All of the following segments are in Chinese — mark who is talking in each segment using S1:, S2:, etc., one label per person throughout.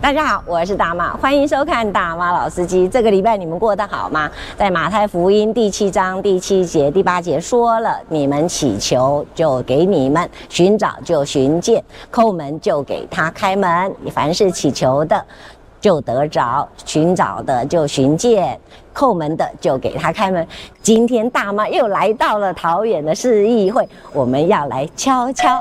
S1: 大家好，我是大妈，欢迎收看《大妈老司机》。这个礼拜你们过得好吗？在马太福音第七章第七节、第八节说了，你们祈求就给你们，寻找就寻见，叩门就给他开门。凡是祈求的，就得着；寻找的就寻见。叩门的就给他开门。今天大妈又来到了桃园的市议会，我们要来敲敲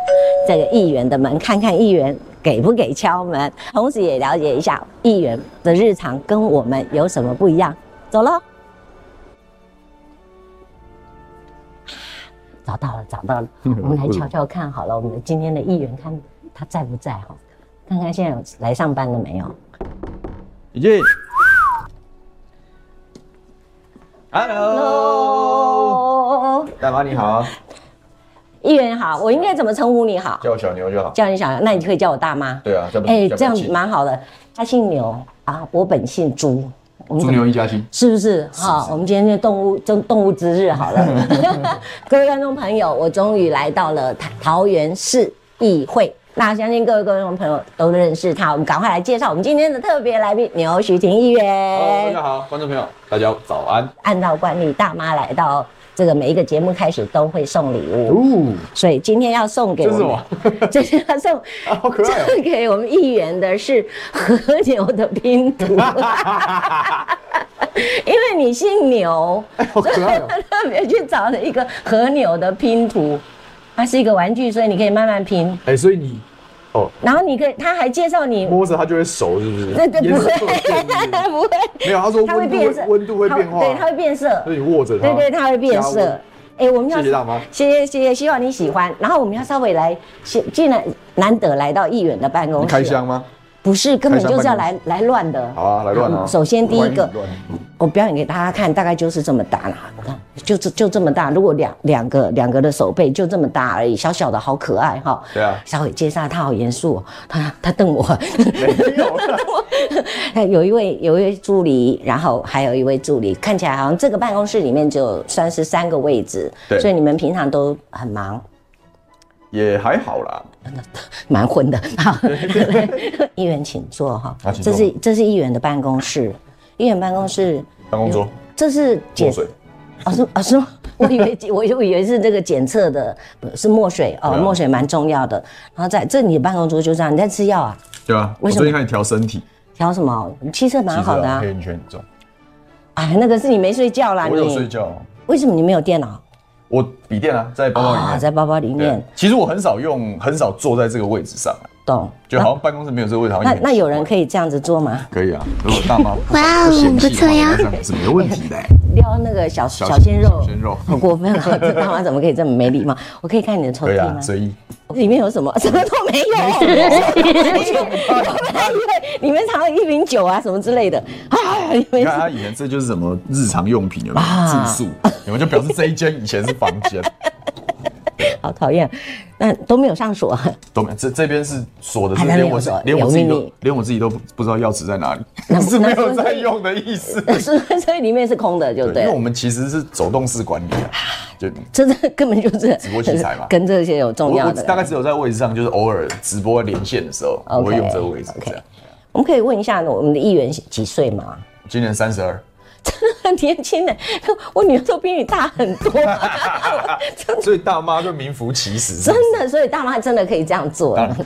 S1: 这个议员的门，看看议员给不给敲门，同时也了解一下议员的日常跟我们有什么不一样。走喽，找到了，找到了，我们来敲敲看好了，我们的今天的议员看他在不在哈、看看现在有来上班了没有？
S2: 李俊。Hello，大妈你好，
S1: 哦议员好，我应该怎么称呼你好？
S2: 叫我小牛就好。
S1: 叫你小，那你可以叫我大妈。
S2: 对啊，这不
S1: 哎、
S2: 不
S1: 这样
S2: 气
S1: 蛮好的。他姓牛啊，我本姓朱，我们
S2: 猪
S1: 怎么
S2: 牛一家亲。
S1: 是不是？好，我们今天就动物就动物之日 好了。各位观众朋友，我终于来到了桃桃园市议会。那相信各位观众朋友都认识他，我们赶快来介绍我们今天的特别来宾牛徐婷议员。
S2: Hello，大家好，观众朋友，大家早安。
S1: 按照惯例，大妈来到这个每一个节目开始都会送礼物，
S2: 哦，
S1: 所以今天要送给
S2: 这
S1: 我
S2: 是
S1: 们，
S2: 我，
S1: 这是要送
S2: 啊 好可爱哦。
S1: 送给我们议员的是和牛的拼图， 因为你姓牛，
S2: 哎，好可爱哦。
S1: 特别去找了一个和牛的拼图，它是一个玩具，所以你可以慢慢拼。
S2: 哎，所以你哦
S1: 然后你可以，他还介绍你，
S2: 摸着它就会熟，是不是？
S1: 对对不
S2: 颜色
S1: 会
S2: 会变是不是
S1: 不会，
S2: 没有，他说
S1: 它会
S2: 温度
S1: 变色
S2: 会，温度会
S1: 它
S2: 变化，
S1: 对，它会变色，
S2: 所以你握着它。
S1: 对对，它会变
S2: 加
S1: 色
S2: 温。
S1: 哎，我们要
S2: 谢谢大妈。
S1: 谢谢谢谢，希望你喜欢。然后我们要稍微来，先既然难得来到议员的办公
S2: 你
S1: 室，啊
S2: 开箱吗？
S1: 不是，根本就是要来
S2: 开
S1: 来乱的。嗯
S2: 好啊，来乱啊。
S1: 首先第一个
S2: 欢迎乱
S1: 我表演给大家看，大概就是这么大啦，我看就这就这么大。如果两两个两个的手背就这么大而已，小小的好可爱哈。
S2: 对啊，
S1: 稍微介绍他好严肃、哦，他他瞪我。
S2: 没有 啦。
S1: 有一位有一位助理，然后还有一位助理，看起来好像这个办公室里面只有算是三个位置，
S2: 对
S1: 所以你们平常都很忙，
S2: 也还好啦。
S1: 蛮混 的。好，议员请坐哈
S2: 啊，请
S1: 这
S2: 坐
S1: 是这是议员的办公室，议员办公室，
S2: 办公桌
S1: 这是
S2: 墨
S1: 解
S2: 水，
S1: 哦是哦 是吗？我以为我我以为是这个检测的，不是墨水哦，
S2: 对啊
S1: 墨水蛮重要的。然后在这里的办公桌就这样，你在吃药啊？
S2: 对啊。
S1: 为
S2: 我
S1: 什么
S2: 最近看你调身体，
S1: 调什么？你气色蛮好的啊
S2: 黑！眼圈很重。
S1: 哎，那个是你没睡觉啦，
S2: 我有睡
S1: 你
S2: 觉，啊
S1: 为什么你没有电脑
S2: 我笔电啊在包包里面。
S1: 哦在包包里
S2: 对
S1: 面，，
S2: 其实我很少用，很少坐在这个位置上，啊
S1: 懂？
S2: 就好像办公室没有这个位置，好
S1: 那
S2: 像
S1: 那有人可以这样子做吗？
S2: 以可以啊。如果大妈不
S3: 哇哦
S2: 嫌弃
S3: 不错呀
S2: 的话那这样是没有问题的。欸
S1: 撩那个小 小鲜肉
S2: 小，鲜肉
S1: 好过分啊！这大妈怎么可以这么没礼貌？我可以看你的抽
S2: 可以
S1: 屉
S2: 啊，
S1: 吗？
S2: 随意。
S1: 里面有什么？ 什么都没有。 你们藏了一瓶酒啊，什么之类的。 啊，你
S2: 你
S1: 们
S2: 看他以前这就是什么日常用品有没有？
S1: 啊
S2: 住宿有没有？就表示这一间以前是房间，
S1: 好讨厌，那都没有上锁。
S2: 懂没有？这这边是锁的，
S1: 啊
S2: 这
S1: 那边
S2: 连我
S1: 有锁
S2: 连我自己
S1: 有秘
S2: 都
S1: 密
S2: 连我自己都不不知道钥匙在哪里，
S1: 那
S2: 是没有
S1: 那
S2: 在用的意 思。
S1: 所以所以里面是空的，就
S2: 对，
S1: 对
S2: 因
S1: 了
S2: 为我。们其实是走动式管理啊，就
S1: 真的根本就是
S2: 直播器材嘛
S1: 跟这些有
S2: 我
S1: 重要
S2: 我
S1: 的。
S2: 大概只有在位置上，就是偶尔直播连线的时候，我
S1: OK，
S2: 会用这个位置
S1: OK
S2: 这样。
S1: 我们可以问一下我们的议员几岁吗？
S2: 今年三十二，
S1: 很 年轻的，我女儿都比你大很多，
S2: 所以大妈就名副其实。
S1: 真的，所以大妈真的可以这样做
S2: 当然。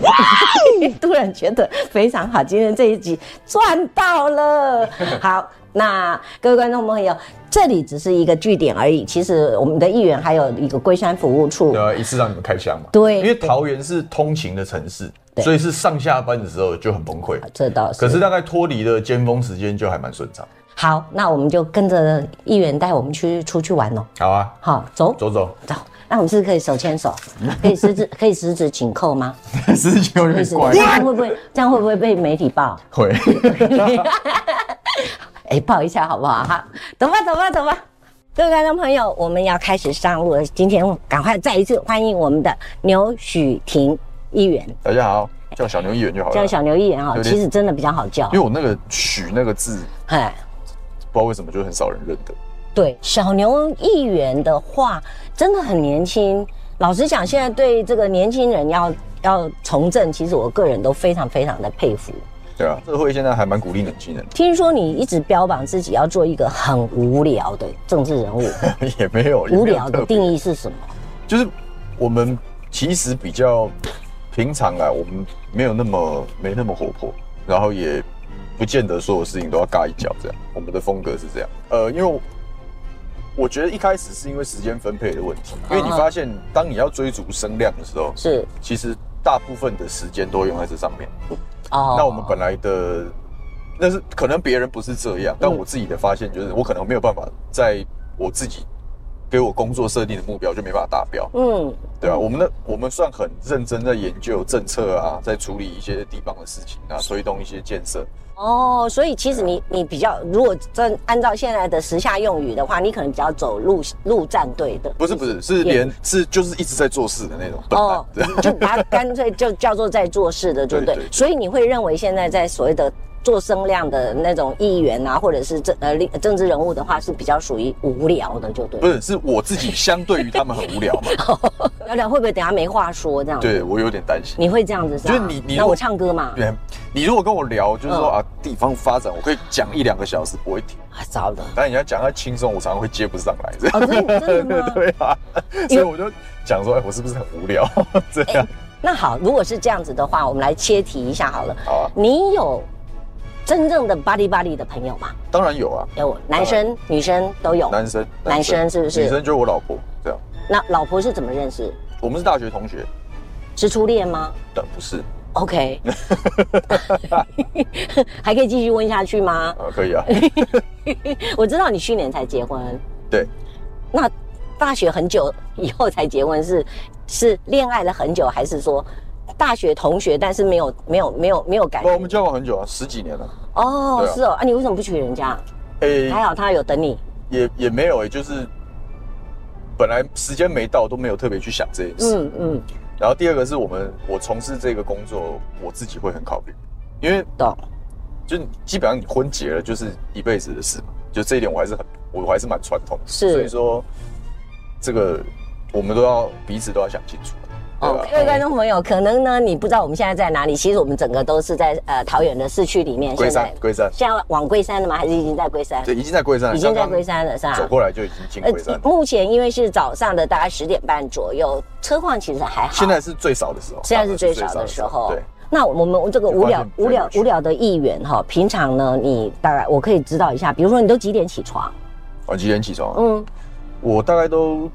S1: 突然觉得非常好，今天这一集赚到 了。好，那各位观众朋友，这里只是一个据点而已，其实我们的议员还有一个龟山服务处。
S2: 呃，一次让你们开箱嘛。
S1: 对
S2: 因为桃园是通勤的城市，
S1: 对啊
S2: 所以是上下班的时候就很崩溃。
S1: 这倒是，
S2: 可是大概脱离了尖峰时间就还蛮顺畅。
S1: 好，那我们就跟着议员带我们去出去玩喽。哦
S2: 好啊，
S1: 好，走
S2: 走 嗯走，
S1: 走，那我们是不是可以手牵手，可以十指可以十指紧扣吗？
S2: 事情有
S1: 可以
S2: 点
S1: 十指
S2: 怪
S1: 这，样会不会这样会不会被媒体报？
S2: 会
S1: 哎，抱一下好不好？哈，走吧，走吧，走吧。各位观众朋友，我们要开始上路了。今天我赶快再一次欢迎我们的牛许婷议员，
S2: 大家好，叫小牛议员就好了
S1: 叫。小牛议员啊、
S2: 有点
S1: 其实真的比较好叫
S2: 因为。我那个“许”那个字，
S1: 哎，
S2: 不知道为什么就很少人认得。
S1: 对，小牛议员的话真的很年轻。老实讲，现在对这个年轻人要要从政，其实我个人都非常非常的佩服。
S2: 对啊，社会现在还蛮鼓励年轻人
S1: 听说你一直标榜自己要做一个很无聊的政治 人物，
S2: 的，也没有也没有
S1: 无聊的
S2: 特别
S1: 定义是什么？
S2: 就是我们其实比较平常啊，我们没有那么没那么活泼，然后也不见得所有事情都要尬一脚这样。我们的风格是这样，呃，因为我我觉得一开始是因为时间分配的问题，因为你
S1: 啊
S2: 发现当你要追逐声量的时候，
S1: 是
S2: 其实大部分的时间都用在这上面。
S1: 哦
S2: 那我们本来的，那是可能别人不是这
S1: 嗯
S2: 样，但我自己的发现就是，我可能没有办法在我自己给我工作设定的目标就没办法达标。
S1: 嗯
S2: 对啊，我们的我们算很认真在研究政策啊，在处理一些地方的事情啊，推动一些建设。
S1: 哦，所以其实
S2: 啊
S1: 你你比较，如果真按照现在的时下用语的话，你可能比较走陆陆战队的，
S2: 不是不是，是连是就是一直在做事的那种笨蛋
S1: 哦。
S2: 对，啊
S1: 就把 它干脆就叫做在做事的，对不对？
S2: 对对对
S1: 所以你会认为现在在所谓的做声量的那种议员啊，或者是政呃立政治人物的话，是比较属于无聊的，就对
S2: 不
S1: 了。
S2: 是是我自己相对于他们很无聊嘛，
S1: 聊聊会不会等下没话说这样？，
S2: 对我有点担心。
S1: 你会这样子是吧？
S2: 就是你你
S1: 那我唱歌嘛，
S2: 对，你如果跟我聊，就是说
S1: 嗯
S2: 啊，地方发展，我可以讲一两个小时不会停，
S1: 啊，糟了。
S2: 但你要讲太轻松，我常常会接不上来。这样
S1: 哦，真的真的吗？
S2: 对啊，所以我就讲说，哎，我是不是很无聊？ 这样
S1: 那好，如果是这样子的话，我们来切题一下好了。
S2: 好啊，
S1: 你有真正的 body body 的朋友吗？
S2: 当然有啊，
S1: 有男生、女生都有。
S2: 男生
S1: 男生是不是
S2: 女生就是我老婆这样。
S1: 那老婆是怎么认识？
S2: 我们是大学同学，
S1: 是初恋吗
S2: 但不是，
S1: ？OK，还可以继续问下去吗？
S2: 啊，可以 啊，
S1: 我知道你去年才结婚，
S2: 对，
S1: 那大学很久以后才结婚是是恋爱了很久，还是说大学同学但是没有没有没有没有改
S2: 不，我们交往很久啊，十几年了，
S1: 哦
S2: 对，啊嗯
S1: 是哦，啊，你为什么不娶人家？
S2: 诶、
S1: 还好他有等你，
S2: 也也没有诶、哎就是本来时间没到，都没有特别去想这件事。
S1: 嗯嗯，
S2: 然后第二个是我们，我从事这个工作，我自己会很考虑，因为
S1: 懂，
S2: 就基本上你婚结了，就是一辈子的事嘛，就这一点我还是很，我还是蛮传统的，
S1: 是
S2: 所以说这个我们都要彼此都要想清楚啊。对吧
S1: 哦 OK，各位观众朋友，可能呢你不知道我们现在在哪里，其实我们整个都是在呃桃园的市区里面。
S2: 龟
S1: 现
S2: 山
S1: 在，
S2: 龟山，
S1: 现在往龟山了吗？还是已经在龟山？
S2: 对，已经在龟山了，
S1: 已经在
S2: 啊刚刚
S1: 龟山了，是呃吧？
S2: 走过来就已经进龟山了。
S1: 目前因为是早上的大概十点半左右，车况其实还好。
S2: 现在是最少的时候，
S1: 现在是最少的时候。
S2: 对，
S1: 那我们这个无聊
S2: 就发现比较
S1: 无聊
S2: 有趣
S1: 无聊的议员哈，平常呢，你大概我可以知道一下，比如说你都几点起床？
S2: 我几点起床啊？
S1: 嗯，
S2: 我大概都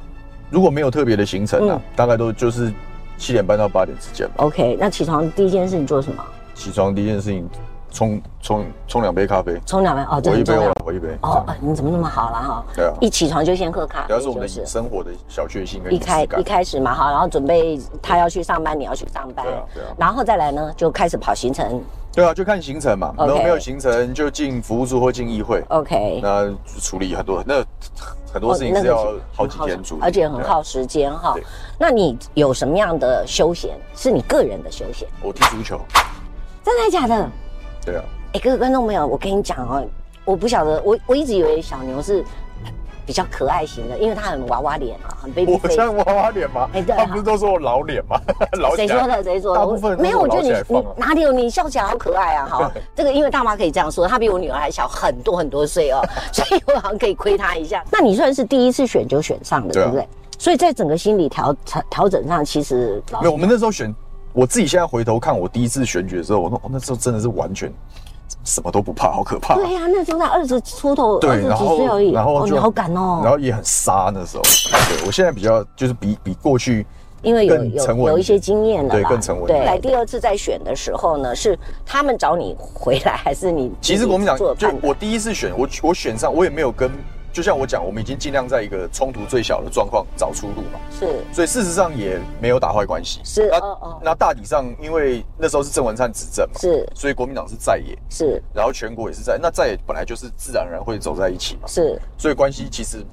S2: 如果没有特别的行程啊，
S1: 嗯
S2: 大概都就是七点半到八点之间吧。
S1: OK，那起床第一件事你做什么？
S2: 起床第一件事情，冲冲冲两杯咖啡，
S1: 冲凉完哦，这
S2: 我一
S1: 很
S2: 杯，
S1: 重
S2: 我
S1: 要
S2: 老。婆一杯。
S1: 哦，
S2: 这
S1: 呃
S2: 样
S1: 你怎么那么好啦哈？
S2: 对啊
S1: 一起床就先喝咖啡，
S2: 主要是我们
S1: 就
S2: 的生活的小确幸跟
S1: 一
S2: 仪
S1: 开
S2: 式
S1: 一
S2: 感。
S1: 开始嘛哈，然后准备他要去上班，你要去上班
S2: 对啊对啊，
S1: 然后再来呢就开始跑行程
S2: 对啊，就看行程嘛，
S1: OK
S2: 然后没有行程就进服务处或进议会，
S1: ，OK。
S2: 那处理很多那啊 很多
S1: 哦
S2: 事情
S1: 那
S2: 是
S1: 个
S2: 要
S1: 是
S2: 好
S1: 很
S2: 几
S1: 耗
S2: 天
S1: 时
S2: 处理，
S1: 而且很
S2: 对啊
S1: 耗时间哈
S2: 对。
S1: 那你有什么样的休闲？是你个人的休闲？
S2: 我踢足球，
S1: 真的假的？
S2: 对啊，
S1: 哎，各位观众朋友，我跟你讲哦，我不晓得，我我一直以为小牛是比较可爱型的，因为他很娃娃脸啊，很 baby
S2: 我
S1: face。
S2: 像娃娃脸吗？
S1: 哎对啊
S2: 他不是都说我老脸吗？ 老
S1: 谁
S2: 起
S1: 说
S2: 来。
S1: 的？谁说的？
S2: 大部分人
S1: 我没有，
S2: 都
S1: 我觉得
S2: 老起来
S1: 你
S2: 放
S1: 你
S2: 啊
S1: 哪里有？你笑起来好可爱啊！ 哈，这个因为大妈可以这样说，她比我女儿还小很多很多岁哦， 所以我好像可以亏她一下。那你算是第一次选就选上的，
S2: 对
S1: 对
S2: 啊
S1: 不对？所以在整个心理调调调整上，其实老
S2: 没有，我们那时候选，我自己现在回头看我第一次选举的时候，我说、哦、那时候真的是完全什么都不怕，好可怕。
S1: 对呀、那时候才二十出头，
S2: 对
S1: 二十
S2: 然
S1: 几
S2: 后
S1: 岁而已。
S2: 然后
S1: 哦，
S2: 就
S1: 你好敢哦。
S2: 然后也很杀那时候。对我现在比较就是比比过去
S1: 因为有
S2: 更
S1: 有
S2: 沉稳
S1: 有一些
S2: 一点
S1: 经验了啦，
S2: 对更沉稳一
S1: 对，
S2: 点
S1: 来第二次再选的时候呢，是他们找你回来，还是你
S2: 其实国民党
S1: 做
S2: 就
S1: 判断
S2: 我第一次选，我我选上，我也没有跟，就像我讲，我们已经尽量在一个冲突最小的状况找出路嘛，
S1: 是
S2: 所以事实上也没有打坏关系。
S1: 是
S2: 那、
S1: 哦哦
S2: 那大体上，因为那时候是郑文灿执政嘛，
S1: 是
S2: 所以国民党是在野，
S1: 是
S2: 然后全国也是在，那在野本来就是自然而然会走在一起嘛，
S1: 是
S2: 所以关系其实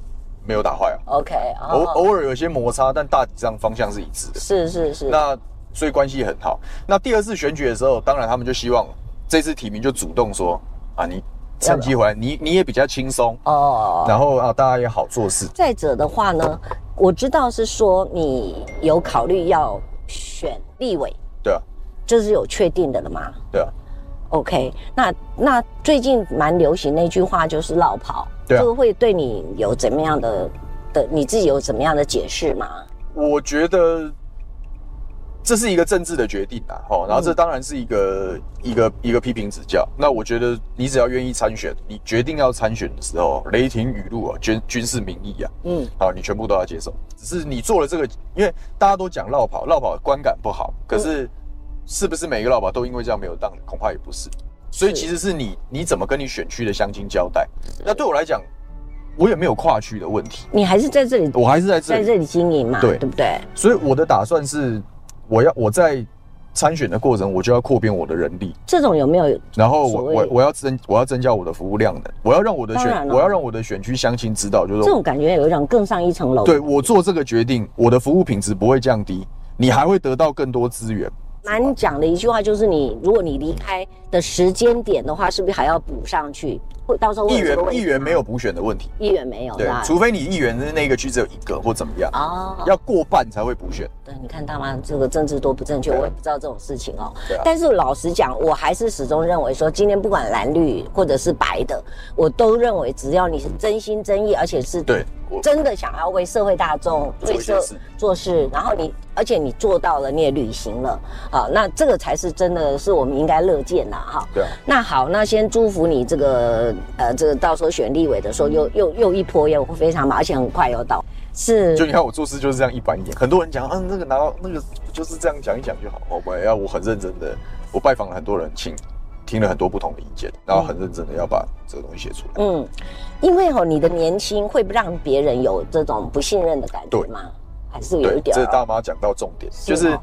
S2: 没有打坏啊，
S1: OK
S2: 偶
S1: 哦，
S2: 偶尔有些摩擦，但大体上方向是一致的。
S1: 是是是，
S2: 那所以关系很好。那第二次选举的时候，当然他们就希望这次提名就主动说啊，你趁机回来，你你也比较轻松，
S1: 哦。
S2: 然后啊大家也好做事。
S1: 再者的话呢，我知道是说你有考虑要选立委，
S2: 对啊，
S1: 就是有确定的了吗
S2: 对啊，
S1: OK，那那最近蛮流行那句话就是“绕跑”，
S2: 对啊
S1: 这个会对你有怎么样的的你自己有怎么样的解释吗？
S2: 我觉得这是一个政治的决定啊，哈，然后这当然是一个、一个一个批评指教。那我觉得你只要愿意参选，你决定要参选的时候，雷霆语录啊，军军事民意啊，
S1: 嗯，
S2: 好，你全部都要接受。只是你做了这个，因为大家都讲绕跑，绕跑观感不好，可是是不是每一个绕跑都因为这样没有当？恐怕也不是。所以
S1: 是
S2: 其实是你你怎么跟你选区的乡亲交代？那对我来讲，我也没有跨区的问题，
S1: 你还是在这里
S2: 我还是在这
S1: 在
S2: 里。
S1: 这里经营嘛，
S2: 对
S1: 对不对？
S2: 所以我的打算是，我要我在参选的过程，我就要扩编我的人力，
S1: 这种有没有
S2: 然后我
S1: 所谓
S2: 我我要增我要增加我的服务量能，我要让我的
S1: 当然
S2: 选
S1: 了
S2: 我要让我的选区乡亲知道，就是
S1: 这
S2: 说
S1: 种感觉有一种更上一层楼？
S2: 对，我做这个决定，我的服务品质不会降低，你还会得到更多资源。
S1: 蛮讲的一句话就是你，如果你离开的时间点的话，是不是还要补上去？会到时候会
S2: 议
S1: 有这
S2: 员
S1: 个问
S2: 议
S1: 题
S2: 员
S1: 吗
S2: 没有补选的问题，
S1: 议员没有
S2: 对
S1: 是吧，
S2: 除非你议员是那个区只有一个或怎么样，
S1: 哦，
S2: 要过半才会补选。
S1: 对，你看大妈这个政治多不正确，
S2: 对啊
S1: 我也不知道这种事情哦。
S2: 对啊
S1: 但是老实讲，我还是始终认为说，今天不管蓝绿或者是白的，我都认为只要你是真心真意，而且是
S2: 对，我
S1: 真的想要为社会大众
S2: 做一
S1: 为
S2: 些
S1: 社
S2: 事
S1: 做事，然后你而且你做到了，你也履行了，好，那这个才是真的是我们应该乐见的哈。
S2: 对啊，
S1: 那好，那先祝福你这个呃，这个到时候选立委的时候
S2: 嗯
S1: 又又又一波又非常忙，而且很快又到。是
S2: 就，你看我做事就是这样一板一眼，很多人讲，嗯、那个拿到那个就是这样讲一讲就好。我们要我很认真的，我拜访了很多人，请听了很多不同的意见，然后很认真的要把这个东西写出来。
S1: 嗯，因为哦，你的年轻会不让别人有这种不信任的感觉
S2: 对
S1: 吗？还是有
S2: 对
S1: 一，点啊
S2: 这
S1: 儿？
S2: 大妈讲到重点，
S1: 是
S2: 就是
S1: 哦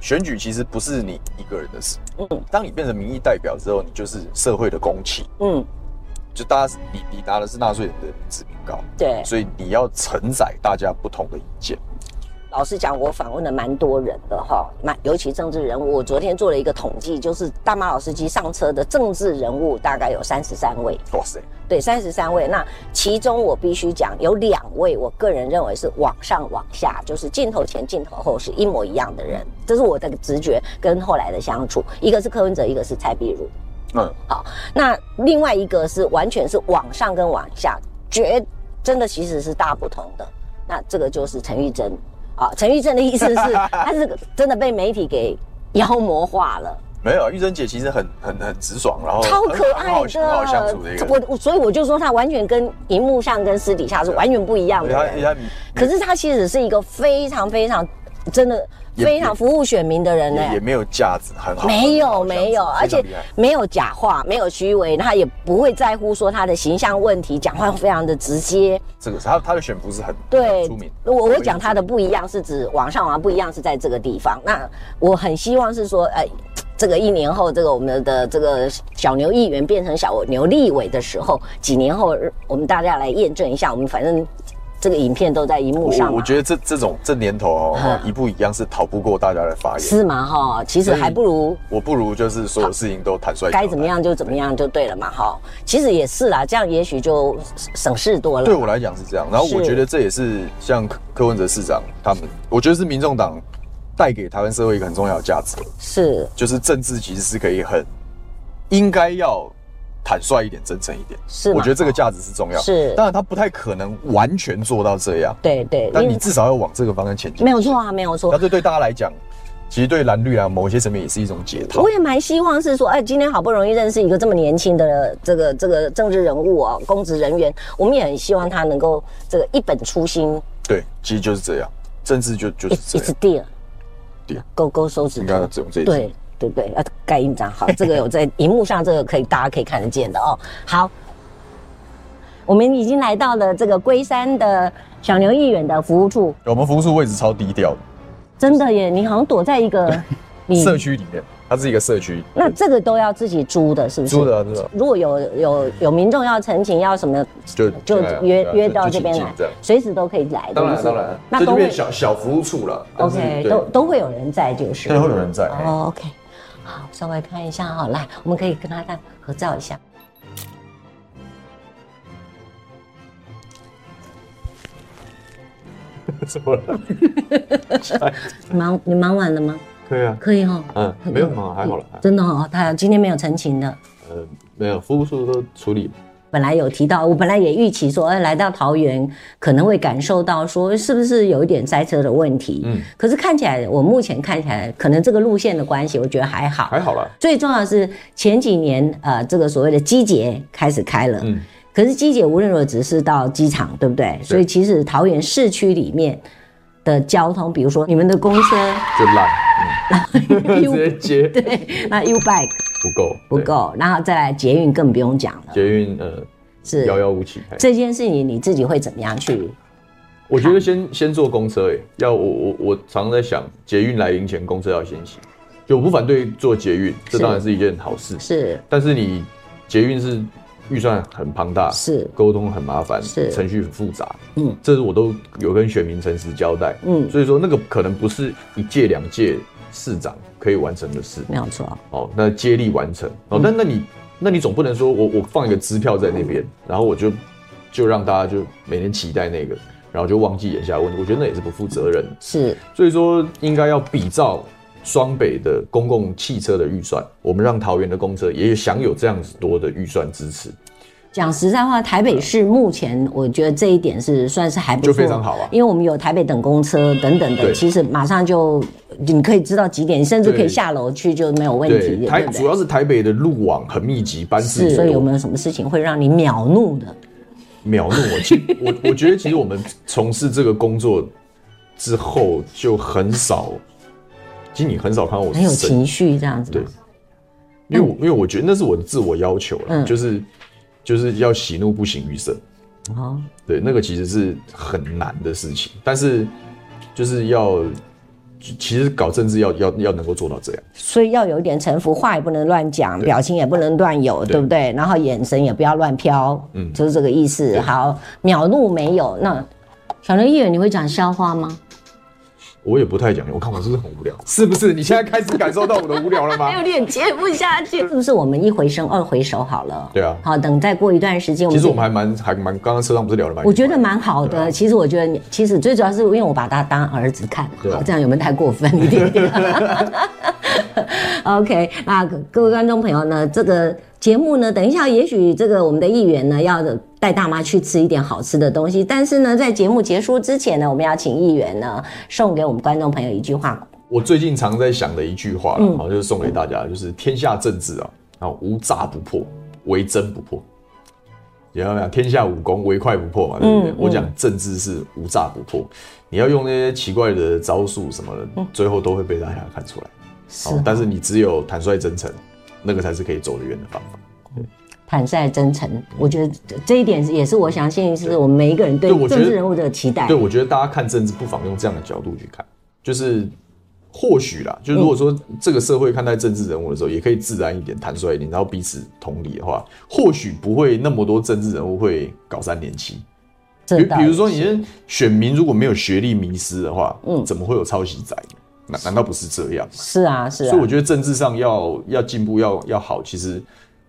S2: 选举其实不是你一个人的事。
S1: 嗯
S2: 嗯，当你变成民意代表之后，你就是社会的公器，
S1: 嗯，
S2: 就大家是你你拿的是纳税人的指名高，
S1: 对。
S2: 所以你要承载大家不同的意见。
S1: 老实讲，我访问了蛮多人的哈，蛮尤其政治人物。我昨天做了一个统计，就是大马老司机上车的政治人物大概有三十三位，
S2: 哇塞，
S1: 对，三十三位。那其中我必须讲，有两位我个人认为是往上往下，就是镜头前镜头后是一模一样的人，这是我的直觉跟后来的相处。一个是柯文哲，一个是蔡碧如。
S2: 嗯，
S1: 那另外一个是完全是往上跟往下，绝真的其实是大不同的。那这个就是陈玉珍啊，陈玉珍的意思是，她是真的被媒体给妖魔化了，
S2: 没有，啊玉珍姐其实很很很直爽，然后
S1: 超
S2: 很
S1: 可
S2: 哦很
S1: 爱
S2: 好很好相处的一
S1: 的
S2: 个。。人。
S1: 我我所以我就说她完全跟荧幕上跟私底下
S2: 啊
S1: 是完全不一样
S2: 而
S1: 的
S2: 且他，而且
S1: 人。
S2: 他
S1: 欸可是她其实是一个非常非常真的
S2: 也
S1: 非常服务选民的人呢、
S2: 也也没有架子，很
S1: 欸
S2: 好，
S1: 没
S2: 很
S1: 有
S2: 好
S1: 没有，而
S2: 相处
S1: 且
S2: 非常厉害
S1: 没有假话，没有虚伪，他也不会在乎说他的形象问题，讲话非常的直接。
S2: 这个是他他的选服是很
S1: 对
S2: 很出名，，
S1: 我我
S2: 非常
S1: 讲他的不一样是指网上啊不一样是在这个地方。那我很希望是说，哎，这个一年后，这个我们的这个小牛议员变成小牛立委的时候，几年后我们大家来验证一下，我们反正这个影片都在荧幕上
S2: 我
S1: 嘛
S2: 我觉得这这种这年头哦，
S1: 嗯
S2: 一步一样是逃不过大家的法眼。
S1: 是嘛哈，其实
S2: 所以
S1: 还不如
S2: 我不如就是所有事情都坦率，
S1: 该怎么？样就怎么样就对了嘛，哈。其实也是啦，这样也许就省事多了。
S2: 对我来讲是这样，然后我
S1: 是
S2: 觉得这也是像柯柯文哲市长他们，我觉得是民众党带给台湾社会一个很重要的价值，
S1: 是
S2: 就是政治其实是可以很应该要坦率一点、真诚一点。
S1: 是嘛，
S2: 我觉得这个价值是重要。
S1: 是
S2: 当然他不太可能完全做到这样，
S1: 对对，
S2: 但
S1: 因
S2: 你
S1: 为
S2: 至少要往这个方向前进。
S1: 没有错啊，没有错
S2: 那。这对大家来讲，其实对蓝绿啊，某些层面也是一种解套
S1: 我。也蛮希望是说，哎，今天好不容易认识一个这么年轻的这个这个政治人物哦，公职人员，我们也很希望他能够这个一本初心
S2: 对，其实就是这样，政治就就是
S1: ，it's
S2: 这
S1: it's
S2: 样，
S1: dear，
S2: Dear
S1: 勾勾手指
S2: 应
S1: 头
S2: 该，要用这一种。
S1: 对对对，要盖印章。好，这个有在荧幕上，这个可以大家可以看得见的哦。好，我们已经来到了这个龟山的小牛议员的服务处，
S2: 我们服务处位置超低调的，
S1: 真的耶，你好像躲在一 个你
S2: 社区里面，它是一个社区，
S1: 嗯那这个都要自己租的，是不是？
S2: 租的啊，租的啊，
S1: 如果有有有民众要陈情要什么，
S2: 就
S1: 就
S2: 对啊
S1: 约
S2: 对啊
S1: 约
S2: 就
S1: 到
S2: 就
S1: 这边
S2: 请
S1: 来
S2: 这样，
S1: 随时都可以来。对
S2: 当然
S1: 不对
S2: 当然，
S1: 那
S2: 这
S1: 都
S2: 就
S1: 会
S2: 变小小服务处了。但是
S1: OK，
S2: 对
S1: 都都会有人在，就是
S2: 对会有人在。 哎
S1: 哦，OK，好，稍微看一下好，来，我们可以跟他再合照一下。
S2: 怎么了？
S1: 你忙你忙完了吗？
S2: 可以啊，
S1: 可以哈。
S2: 嗯，没有嘛，还好了，还
S1: 真的哦，他今天没有成情的。
S2: 呃，没有，夫妇都处理。
S1: 本来有提到，我本来也预期说，哎，来到桃园可能会感受到说，是不是有一点塞车的问题？
S2: 嗯，
S1: 可是看起来，我目前看起来，可能这个路线的关系，我觉得还好。
S2: 还好啦。
S1: 最重要的是前几年，呃，这个所谓的机捷开始开了，
S2: 嗯，
S1: 可是机捷无论如何只是到机场，对不对？所以其实桃园市区里面的交通，比如说你们的公车，
S2: 就烂，嗯
S1: U
S2: 直接接
S1: 对，那 U Bike
S2: 不够，
S1: 不
S2: 对。
S1: 够，然后再来捷运更不用讲了，
S2: 捷运呃
S1: 是
S2: 遥遥无期。嘿
S1: 这件事情你自己会怎么样去？
S2: 我觉得先先坐公车、欸，要我我我常在想，捷运来临前，公车要先行。就我不反对坐捷运，这
S1: 是
S2: 当然是一件好事。
S1: 是
S2: 但是你捷运是预算很庞大，
S1: 是，
S2: 沟通很麻烦，
S1: 是
S2: 程序很复杂，
S1: 嗯，
S2: 这是我都有跟选民诚实交代。
S1: 嗯，
S2: 所以说那个可能不是一届两届市长可以完成的事。
S1: 没有错，
S2: 哦，那接力完成
S1: 嗯
S2: 哦，那那你那你总不能说我我放一个支票在那边，然后我就就让大家就每天期待那个，然后就忘记眼下的问题，我觉得那也是不负责任的。
S1: 是
S2: 所以说应该要比照双北的公共汽车的预算，我们让桃园的公车也享有这样子多的预算支持，
S1: 讲实在话，台北市目前我觉得这一点是算是还不错，
S2: 啊就非常好啊
S1: 因为我们有台北等公车等等的，
S2: 对
S1: 其实马上就你可以知道几点，甚至可以
S2: 对
S1: 下楼去就没有问题，
S2: 对，
S1: 对
S2: 台
S1: 不
S2: 主
S1: 对？
S2: 要是台北的路网很密集，班次
S1: 是，所以
S2: 也
S1: 有
S2: 多
S1: 没有什么事情会让你秒怒的？
S2: 秒怒我。其我我觉得其实我们从事这个工作之后就很少，其实你很少看到 我
S1: 很有
S2: 生
S1: 情绪这样子
S2: 对
S1: 吗？，
S2: 因为我因为我觉得那是我的自我要求了，
S1: 嗯
S2: 就是就是要喜怒不形于色。
S1: 哦，
S2: 对，那个其实是很难的事情，但是就是要。其实搞政治要要要能够做到这样，
S1: 所以要有一点城府，话也不能乱讲，表情也不能乱有，对不对？然后眼神也不要乱飘，嗯，
S2: 嗯
S1: 就是这个意思。
S2: 对
S1: 好，秒怒没有。那小刘议员，你会讲笑话吗？
S2: 我也不太讲。我看我是不是很无聊？是不是？你现在开始感受到我的无聊了吗？
S1: 点接不下 去，是不是？我们一回生二回熟好了。
S2: 对啊
S1: 好，等再过一段时间，
S2: 其实
S1: 就
S2: 我们还蛮还蛮，刚刚车上不是聊的蛮愉快的，
S1: 我觉得蛮好
S2: 对啊
S1: 的。其实我觉得你，其实最主要是因为我把他当儿子看，
S2: 对啊
S1: 好，这样有没有太过分一 点 ？OK，那各位观众朋友呢，这个节目呢，等一下，也许这个我们的议员呢要带大妈去吃一点好吃的东西，但是呢，在节目结束之前呢，我们要请议员呢送给我们观众朋友一句话。
S2: 我最近常在想的一句话啦，
S1: 嗯
S2: 好、就是送给大家，就是天下政治啊，然后无诈不破，唯真不破。也要讲天下武功，唯快不破嘛，对不对？
S1: 嗯嗯
S2: 我讲政治是无诈不破，你要用那些奇怪的招数什么的，最后都会被大家看出来。
S1: 嗯
S2: 哦
S1: 是啊
S2: 好但啊是你只有坦率真诚，那个才是可以走得远的方法。
S1: 坦率真诚，我觉得这这一点也是我相信是我们每一个人对
S2: 对我觉
S1: 政
S2: 得
S1: 治人物的期待
S2: 对，。我觉得大家看政治不妨用这样的角度去看，就是或许啦，
S1: 嗯
S2: 就是如果说这个社会看待政治人物的时候，也可以自然一点、坦率一点，然后彼此同理的话，或许不会那么多政治人物会搞三连七。
S1: 这
S2: 比
S1: 倒
S2: 比如说，
S1: 是
S2: 你的选民如果没有学历迷失的话，
S1: 嗯
S2: 嗯，怎么会有抄袭仔呢？难难道不是这样？
S1: 是啊是啊，
S2: 所以我觉得政治上要要进步要要好，其实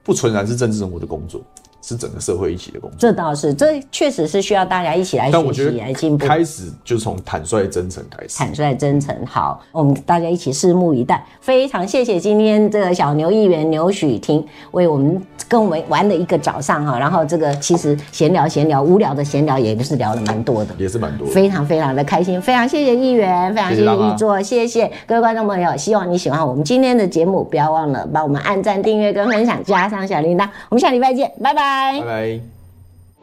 S2: 不纯然是政治人物的工作，是整个社会一起的工作。
S1: 这倒是，这确实是需要大家一起来
S2: 但我
S1: 学
S2: 觉
S1: 习、来进
S2: 得
S1: 步。
S2: 开始就从坦率真诚开始。
S1: 坦率真诚，好，我们大家一起拭目以待。非常谢谢今天这个小牛议员牛许婷为我们跟我们玩的一个早上哈，然后这个其实闲聊闲聊，无聊的闲聊也就是聊了蛮多的，
S2: 也是蛮多的。
S1: 非常非常的开心，非常谢谢议员，非常谢
S2: 谢
S1: 谢
S2: 大妈
S1: 议座，谢谢各位观众朋友，希望你喜欢我们今天的节目，不要忘了帮我们按赞、订阅跟分享，加上小铃铛，我们下礼拜见，拜拜
S2: 拜拜。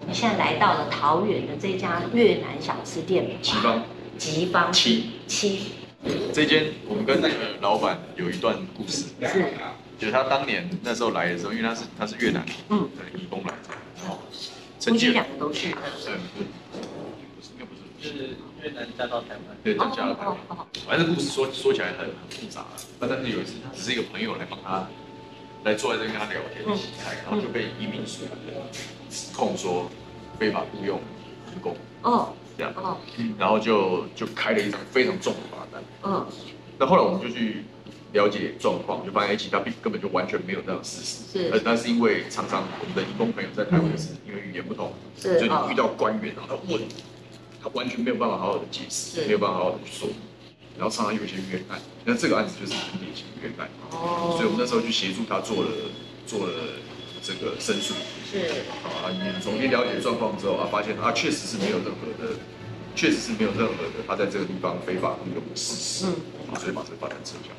S1: 我们现在来到了桃园的这家越南小吃店，
S2: 奇邦
S1: 吉邦
S2: 七
S1: 七
S2: 这间，我们跟那个老板有一段故事，
S1: 是
S2: 就是他当年那时候来的时候，因为他是他是越南，
S1: 嗯，哦
S2: 移工来的，哦然后
S1: 夫
S2: 曾
S1: 妻
S2: 经
S1: 两个都去。
S2: 对，嗯不是应该不是，
S3: 是越南嫁到台湾，
S2: 对，
S1: 哦
S2: 在加拿大
S1: 哦。哦，
S2: 反正这故事说说起来很很复杂，那但是有一次，只是一个朋友来帮他，来坐在这跟他聊天
S1: 嗯
S2: 洗菜，然后就被移民署的人指控说非法雇佣移工，
S1: 哦
S2: 这样，
S1: 哦
S2: 然后就就开了一张非常重的罚单。
S1: 嗯
S2: 那后来我们就去了解状况，就发现其实他并根本就完全没有这样的事实
S1: 是，
S2: 而那是因为常常我们的义工朋友在台湾是因为语言不通，
S1: 是
S2: 所以
S1: 哦嗯
S2: 你遇到官员然后他问，他完全没有办法好好的解释，
S1: 是
S2: 没有办法好好的说。然后常常有一些冤案，那这个案子就是很典型的冤案，
S4: 哦
S2: 所以我们那时候就协助他做了做了这个申诉，
S4: 是
S2: 啊，你重新了解状况之后啊，发现啊确实是没有任何的，确实是没有任何的他在这个地方非法雇佣的事实，
S4: 嗯
S2: 啊所以把这个法案撤销。